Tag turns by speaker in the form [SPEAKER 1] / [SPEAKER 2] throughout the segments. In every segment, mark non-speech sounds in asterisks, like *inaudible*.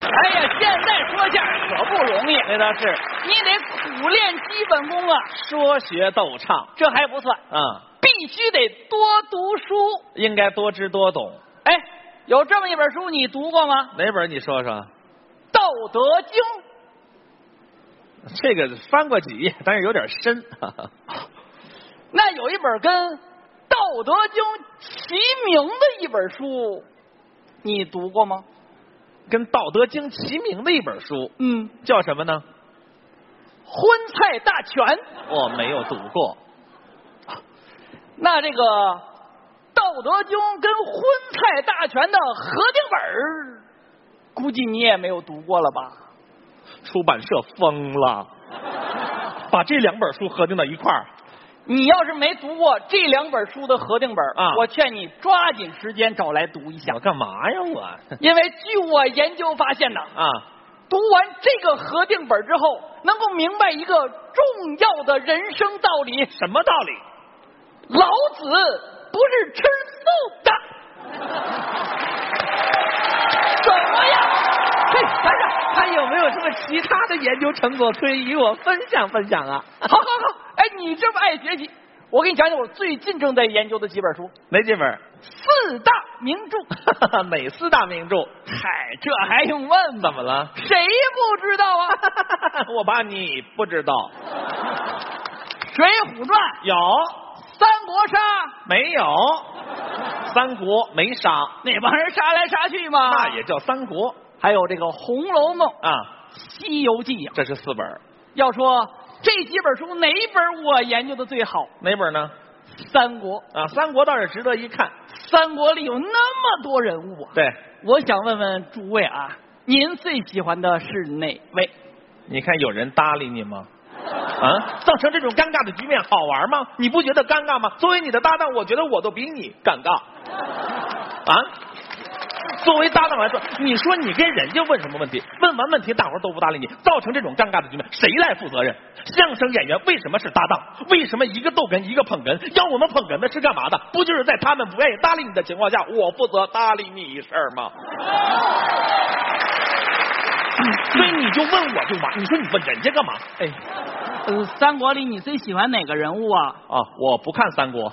[SPEAKER 1] 哎呀，现在说相声可不容易，
[SPEAKER 2] 那倒是，
[SPEAKER 1] 你得苦练基本功啊。
[SPEAKER 2] 说学逗唱，
[SPEAKER 1] 这还不算，
[SPEAKER 2] 嗯，
[SPEAKER 1] 必须得多读书。
[SPEAKER 2] 应该多知多懂。
[SPEAKER 1] 哎，有这么一本书你读过吗？
[SPEAKER 2] 哪本儿你说说？
[SPEAKER 1] 《道德经》。
[SPEAKER 2] 这个翻过几页，但是有点深。哈哈
[SPEAKER 1] 那有一本跟《道德经》齐名的一本书，你读过吗？
[SPEAKER 2] 跟《道德经》齐名的一本书，
[SPEAKER 1] 嗯，《
[SPEAKER 2] 叫什么呢？
[SPEAKER 1] 荤菜大全》。
[SPEAKER 2] 我没有读过。
[SPEAKER 1] 那这个《道德经》跟《荤菜大全》的合订本儿，估计你也没有读过了吧？
[SPEAKER 2] 出版社疯了，把这两本书合并到一块儿。
[SPEAKER 1] 你要是没读过这两本书的合订本儿
[SPEAKER 2] 啊
[SPEAKER 1] 我劝你抓紧时间找来读一下
[SPEAKER 2] 我，干嘛呀我？
[SPEAKER 1] 因为据我研究发现呢，
[SPEAKER 2] 啊，
[SPEAKER 1] 读完这个合订本之后，能够明白一个重要的人生道理：
[SPEAKER 2] 什么道理？
[SPEAKER 1] 老子不是吃素的。
[SPEAKER 2] *laughs*
[SPEAKER 1] 怎么样？
[SPEAKER 2] 嘿，咱长，还有没有什么其他的研究成果可以与我分享分享啊？
[SPEAKER 1] 好好好，哎，你这么爱学习，我给你讲讲我最近正在研究的几本书，
[SPEAKER 2] 哪几本？
[SPEAKER 1] 四大名著。
[SPEAKER 2] *laughs* 美四大名著。
[SPEAKER 1] 嗨，这还用问
[SPEAKER 2] 怎？么了？ *laughs*
[SPEAKER 1] 谁不知道啊？
[SPEAKER 2] 我怕你不知道。
[SPEAKER 1] 《水浒传》《
[SPEAKER 2] 有
[SPEAKER 1] 三国杀》
[SPEAKER 2] 没有？三国没杀，
[SPEAKER 1] 那帮人杀来杀去嘛。
[SPEAKER 2] 那也叫三国
[SPEAKER 1] 啊还有这个《红楼梦》《
[SPEAKER 2] 啊。
[SPEAKER 1] 西游记》呀。
[SPEAKER 2] 这是四本儿，
[SPEAKER 1] 要说这几本书哪一本我研究的最好？
[SPEAKER 2] 哪本呢？
[SPEAKER 1] 三国，
[SPEAKER 2] 啊，三国倒是值得一看。
[SPEAKER 1] 三国里有那么多人物啊！
[SPEAKER 2] 对，
[SPEAKER 1] 我想问问诸位啊，您最喜欢的是哪位？
[SPEAKER 2] 你看有人搭理你吗？啊，造成这种尴尬的局面好玩吗？你不觉得尴尬吗？作为你的搭档，我觉得我都比你尴尬。啊，作为搭档来说，你说你跟人家问什么问题？问完问题，大伙儿都不搭理你，造成这种尴尬的局面，谁来负责任？相声演员为什么是搭档？为什么一个逗哏一个捧哏？要我们捧哏的是干嘛的？不就是在他们不愿意搭理你的情况下，我负责搭理你一事儿吗？所以你就问我就完，你说你问人家干嘛？哎，
[SPEAKER 1] 呃，三国里你最喜欢哪个人物啊？
[SPEAKER 2] 啊，我不看三国，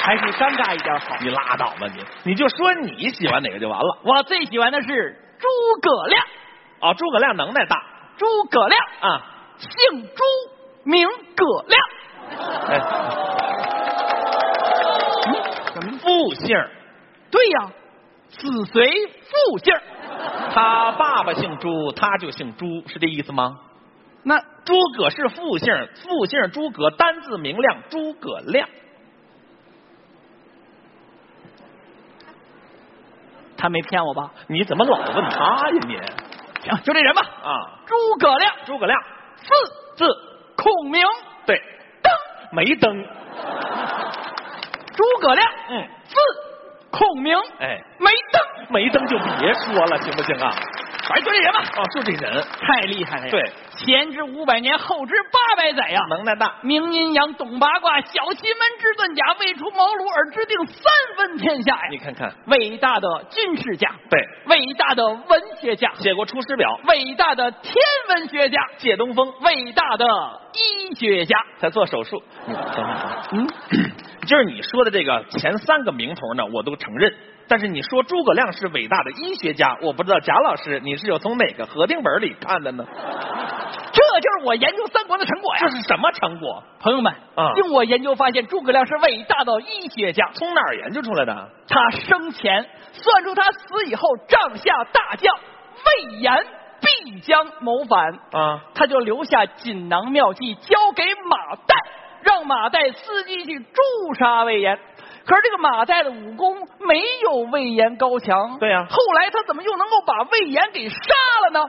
[SPEAKER 1] 还是尴尬一点好。
[SPEAKER 2] 你拉倒吧你，你就说你喜欢哪个就完了。
[SPEAKER 1] 我最喜欢的是诸葛亮，
[SPEAKER 2] 啊，诸葛亮能耐大
[SPEAKER 1] 诸葛亮，
[SPEAKER 2] 啊，
[SPEAKER 1] 姓朱名葛亮。
[SPEAKER 2] 哎，
[SPEAKER 1] 嗯，怎么？
[SPEAKER 2] 复姓儿，
[SPEAKER 1] 对呀，子随父姓儿。
[SPEAKER 2] 他爸爸姓朱，他就姓朱，是这意思吗？
[SPEAKER 1] 那
[SPEAKER 2] 诸葛是复姓儿，复姓儿诸葛，单字明亮，诸葛亮。
[SPEAKER 1] 他没骗我吧？ *laughs*
[SPEAKER 2] 你怎么老问他呀你？
[SPEAKER 1] 行，就这人吧。
[SPEAKER 2] 啊，
[SPEAKER 1] 诸葛亮，
[SPEAKER 2] 诸葛亮，
[SPEAKER 1] 四字孔明
[SPEAKER 2] 对，
[SPEAKER 1] 灯，
[SPEAKER 2] 没登，
[SPEAKER 1] 诸葛亮，
[SPEAKER 2] 嗯，
[SPEAKER 1] 字孔明
[SPEAKER 2] 哎，
[SPEAKER 1] 没灯，
[SPEAKER 2] 没登就别说了，行不行啊？
[SPEAKER 1] 反正就这人吧，
[SPEAKER 2] 啊，就这人，
[SPEAKER 1] 太厉害了呀！
[SPEAKER 2] 对，
[SPEAKER 1] 前知五百年，后知八百载呀。
[SPEAKER 2] 能耐大，
[SPEAKER 1] 明阴阳，懂八卦，小奇门之遁甲，未出茅庐而知定三分天下
[SPEAKER 2] 你
[SPEAKER 1] 呀！
[SPEAKER 2] 看看，
[SPEAKER 1] 伟大的军事家，
[SPEAKER 2] 对，
[SPEAKER 1] 伟大的文学家，
[SPEAKER 2] 写过《出师表》，
[SPEAKER 1] 伟大的天文学家，
[SPEAKER 2] 借东风，
[SPEAKER 1] 伟大的医学家。
[SPEAKER 2] 才做手术。嗯，等会儿
[SPEAKER 1] 嗯，
[SPEAKER 2] 就是你说的这个前三个名头呢，我都承认。但是你说诸葛亮是伟大的医学家，我不知道贾老师你是有从哪个核定本里看的呢？
[SPEAKER 1] 这就是我研究三国的成果呀
[SPEAKER 2] 这！是什么成果？
[SPEAKER 1] 朋友们，
[SPEAKER 2] 啊
[SPEAKER 1] 经我研究发现，诸葛亮是伟大的医学家。
[SPEAKER 2] 从哪儿研究出来的？啊
[SPEAKER 1] 他生前算出他死以后，帐下大将魏延必将谋反，
[SPEAKER 2] 啊，
[SPEAKER 1] 他就留下锦囊妙计，交给马岱，让马岱伺机去诛杀魏延。可是这个马岱的武功没有魏延高强，
[SPEAKER 2] 对呀啊
[SPEAKER 1] 后来他怎么又能够把魏延给杀了呢？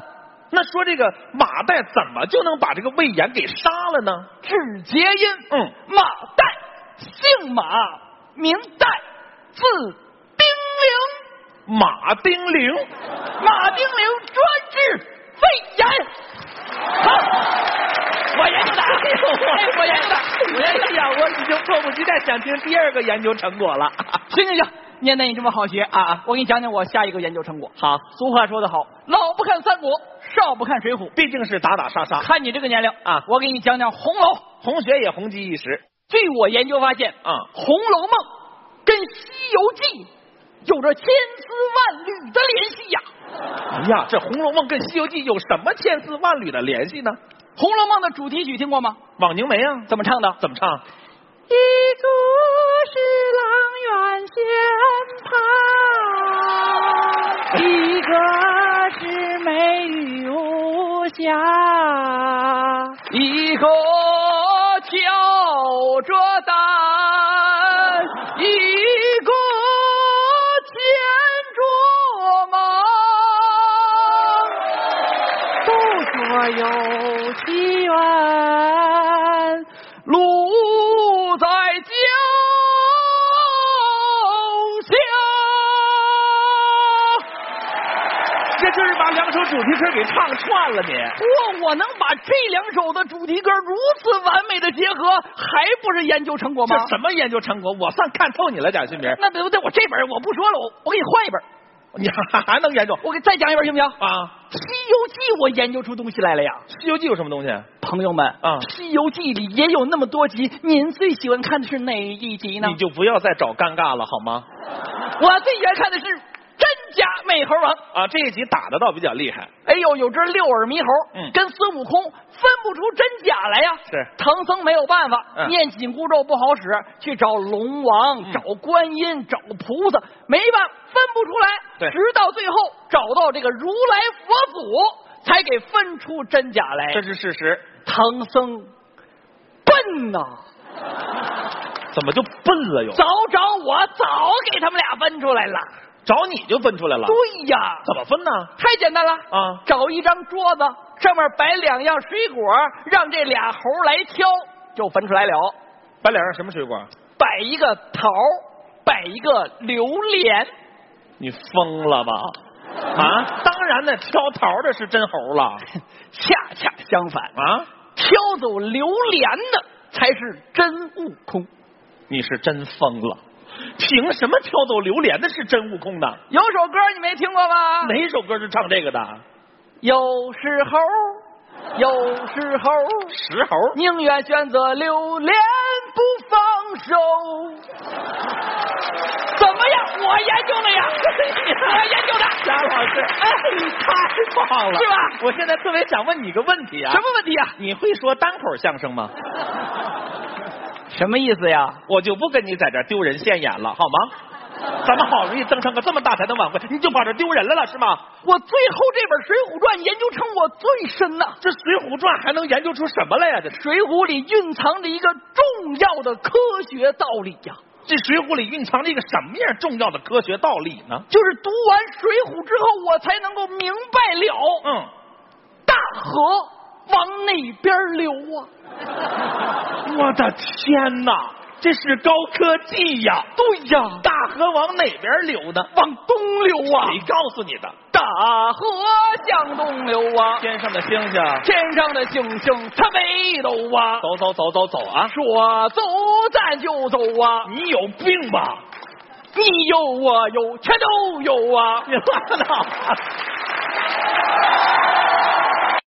[SPEAKER 2] 那说这个马岱怎么就能把这个魏延给杀了呢？
[SPEAKER 1] 至节因，
[SPEAKER 2] 嗯，
[SPEAKER 1] 马岱，姓马，名岱，字丁玲，
[SPEAKER 2] 马丁玲，
[SPEAKER 1] 马丁玲专治肺炎。好，我研究的，哎，我研究的，我研究的。
[SPEAKER 2] *laughs* 呀，我已经迫不及待想听第二个研究成果了。
[SPEAKER 1] 行行行，念念你这么好学啊啊！我给你讲讲我下一个研究成果。
[SPEAKER 2] 好，
[SPEAKER 1] 俗话说得好，老不看三国，少不看水浒。
[SPEAKER 2] 毕竟是打打杀杀，
[SPEAKER 1] 看你这个年龄
[SPEAKER 2] 啊
[SPEAKER 1] 我给你讲讲《红楼》。
[SPEAKER 2] 红学也红极一时
[SPEAKER 1] 据我研究发现，
[SPEAKER 2] 啊
[SPEAKER 1] 《红楼梦》跟《西游记》有着千丝万缕的联系呀、
[SPEAKER 2] 哎呀，这《红楼梦》跟《西游记》有什么千丝万缕的联系呢？
[SPEAKER 1] 红楼梦》的主题曲听过吗？
[SPEAKER 2] 枉凝眉啊，
[SPEAKER 1] 怎么唱的？
[SPEAKER 2] 怎么唱？
[SPEAKER 3] 一足是阆苑仙葩，一个是美玉无瑕。
[SPEAKER 1] 一个挑着担，一个牵着马。
[SPEAKER 3] 都说有奇缘，
[SPEAKER 1] 路在脚下。
[SPEAKER 2] 这就是把两首主题歌给唱串了你，
[SPEAKER 1] 嚯，我能把这两首的主题歌如此完美的结合，还不是研究成果吗
[SPEAKER 2] 这？什么研究成果？我算看透你了，
[SPEAKER 1] *laughs*
[SPEAKER 2] 贾新明，
[SPEAKER 1] 那对不对？我这本我不说了，我我给你换一本，
[SPEAKER 2] 你还还能研究
[SPEAKER 1] 我给再讲一本行不行？《
[SPEAKER 2] 啊？
[SPEAKER 1] *laughs* 西游记》我研究出东西来了呀，
[SPEAKER 2] 《西游记》有什么东西？
[SPEAKER 1] 朋友们
[SPEAKER 2] 啊
[SPEAKER 1] 西游记》里也有那么多集，您最喜欢看的是哪一集呢？
[SPEAKER 2] 你就不要再找尴尬了好吗？
[SPEAKER 1] 我最喜欢看的是真假美猴王。
[SPEAKER 2] 啊，这一集打的倒比较厉害，
[SPEAKER 1] 哎呦，有只六耳猕猴，
[SPEAKER 2] 嗯
[SPEAKER 1] 跟孙悟空分不出真假来呀。
[SPEAKER 2] 是
[SPEAKER 1] 唐僧没有办法，
[SPEAKER 2] 嗯
[SPEAKER 1] 念紧箍咒不好使，去找龙王、
[SPEAKER 2] 嗯
[SPEAKER 1] 找观音、找菩萨，没办法分不出来。
[SPEAKER 2] 对
[SPEAKER 1] 直到最后找到这个如来佛祖，才给分出真假来。
[SPEAKER 2] 这是事实。
[SPEAKER 1] 唐僧笨呐、
[SPEAKER 2] 怎么就笨了又？
[SPEAKER 1] 早找我早给他们俩分出来了。
[SPEAKER 2] 找你就分出来了？
[SPEAKER 1] 对呀，
[SPEAKER 2] 怎么分呢？
[SPEAKER 1] 太简单了
[SPEAKER 2] 啊
[SPEAKER 1] 找一张桌子，上面摆两样水果，让这俩猴来挑，就分出来了。
[SPEAKER 2] 摆脸上什么水果？
[SPEAKER 1] 摆一个桃，摆一个榴莲。
[SPEAKER 2] 你疯了吧？啊，当然呢，挑桃的是真猴了
[SPEAKER 1] 恰恰相反，
[SPEAKER 2] 啊！
[SPEAKER 1] 挑走榴莲的才是真悟空。
[SPEAKER 2] 你是真疯了，凭什么挑走榴莲的是真悟空呢？
[SPEAKER 1] 有首歌你没听过吗？
[SPEAKER 2] 哪首歌是唱这个的？
[SPEAKER 1] 有时候，有时候，
[SPEAKER 2] 石猴。
[SPEAKER 1] 宁愿选择榴莲不放手。怎么样？我研究了呀， *laughs* 我研究的。
[SPEAKER 2] 贾老师，
[SPEAKER 1] 哎，
[SPEAKER 2] 太棒了，
[SPEAKER 1] 是吧
[SPEAKER 2] 我现在特别想问你个问题啊，
[SPEAKER 1] 什么问题啊？
[SPEAKER 2] 你会说单口相声吗？
[SPEAKER 1] 什么意思呀？
[SPEAKER 2] 我就不跟你在这儿丢人现眼了，好吗？咱们好容易登上个这么大台的晚会，你就跑这儿丢人来了是吗？
[SPEAKER 1] 我最后这本《水浒传》研究成我最深呐、
[SPEAKER 2] 这《水浒传》还能研究出什么来呀、这
[SPEAKER 1] 水浒》里蕴藏着一个重要的科学道理呀、
[SPEAKER 2] 这《水浒》里蕴藏着一个什么样重要的科学道理呢？
[SPEAKER 1] 就是读完《水浒》之后，我才能够明白了，
[SPEAKER 2] 嗯，
[SPEAKER 1] 大河往哪边流啊？
[SPEAKER 2] 我的天哪，这是高科技呀！
[SPEAKER 1] 对哎呀，
[SPEAKER 2] 大河往哪边流呢？
[SPEAKER 1] 往东流啊！
[SPEAKER 2] 谁告诉你的？
[SPEAKER 1] 大河向东流啊，
[SPEAKER 2] 天上的星星，
[SPEAKER 1] 天上的星星它没走啊，
[SPEAKER 2] 走走走走走啊！
[SPEAKER 1] 说走咱就走啊，
[SPEAKER 2] 你有病吧？
[SPEAKER 1] 你有我有，全都有啊。
[SPEAKER 2] 你拉倒吧！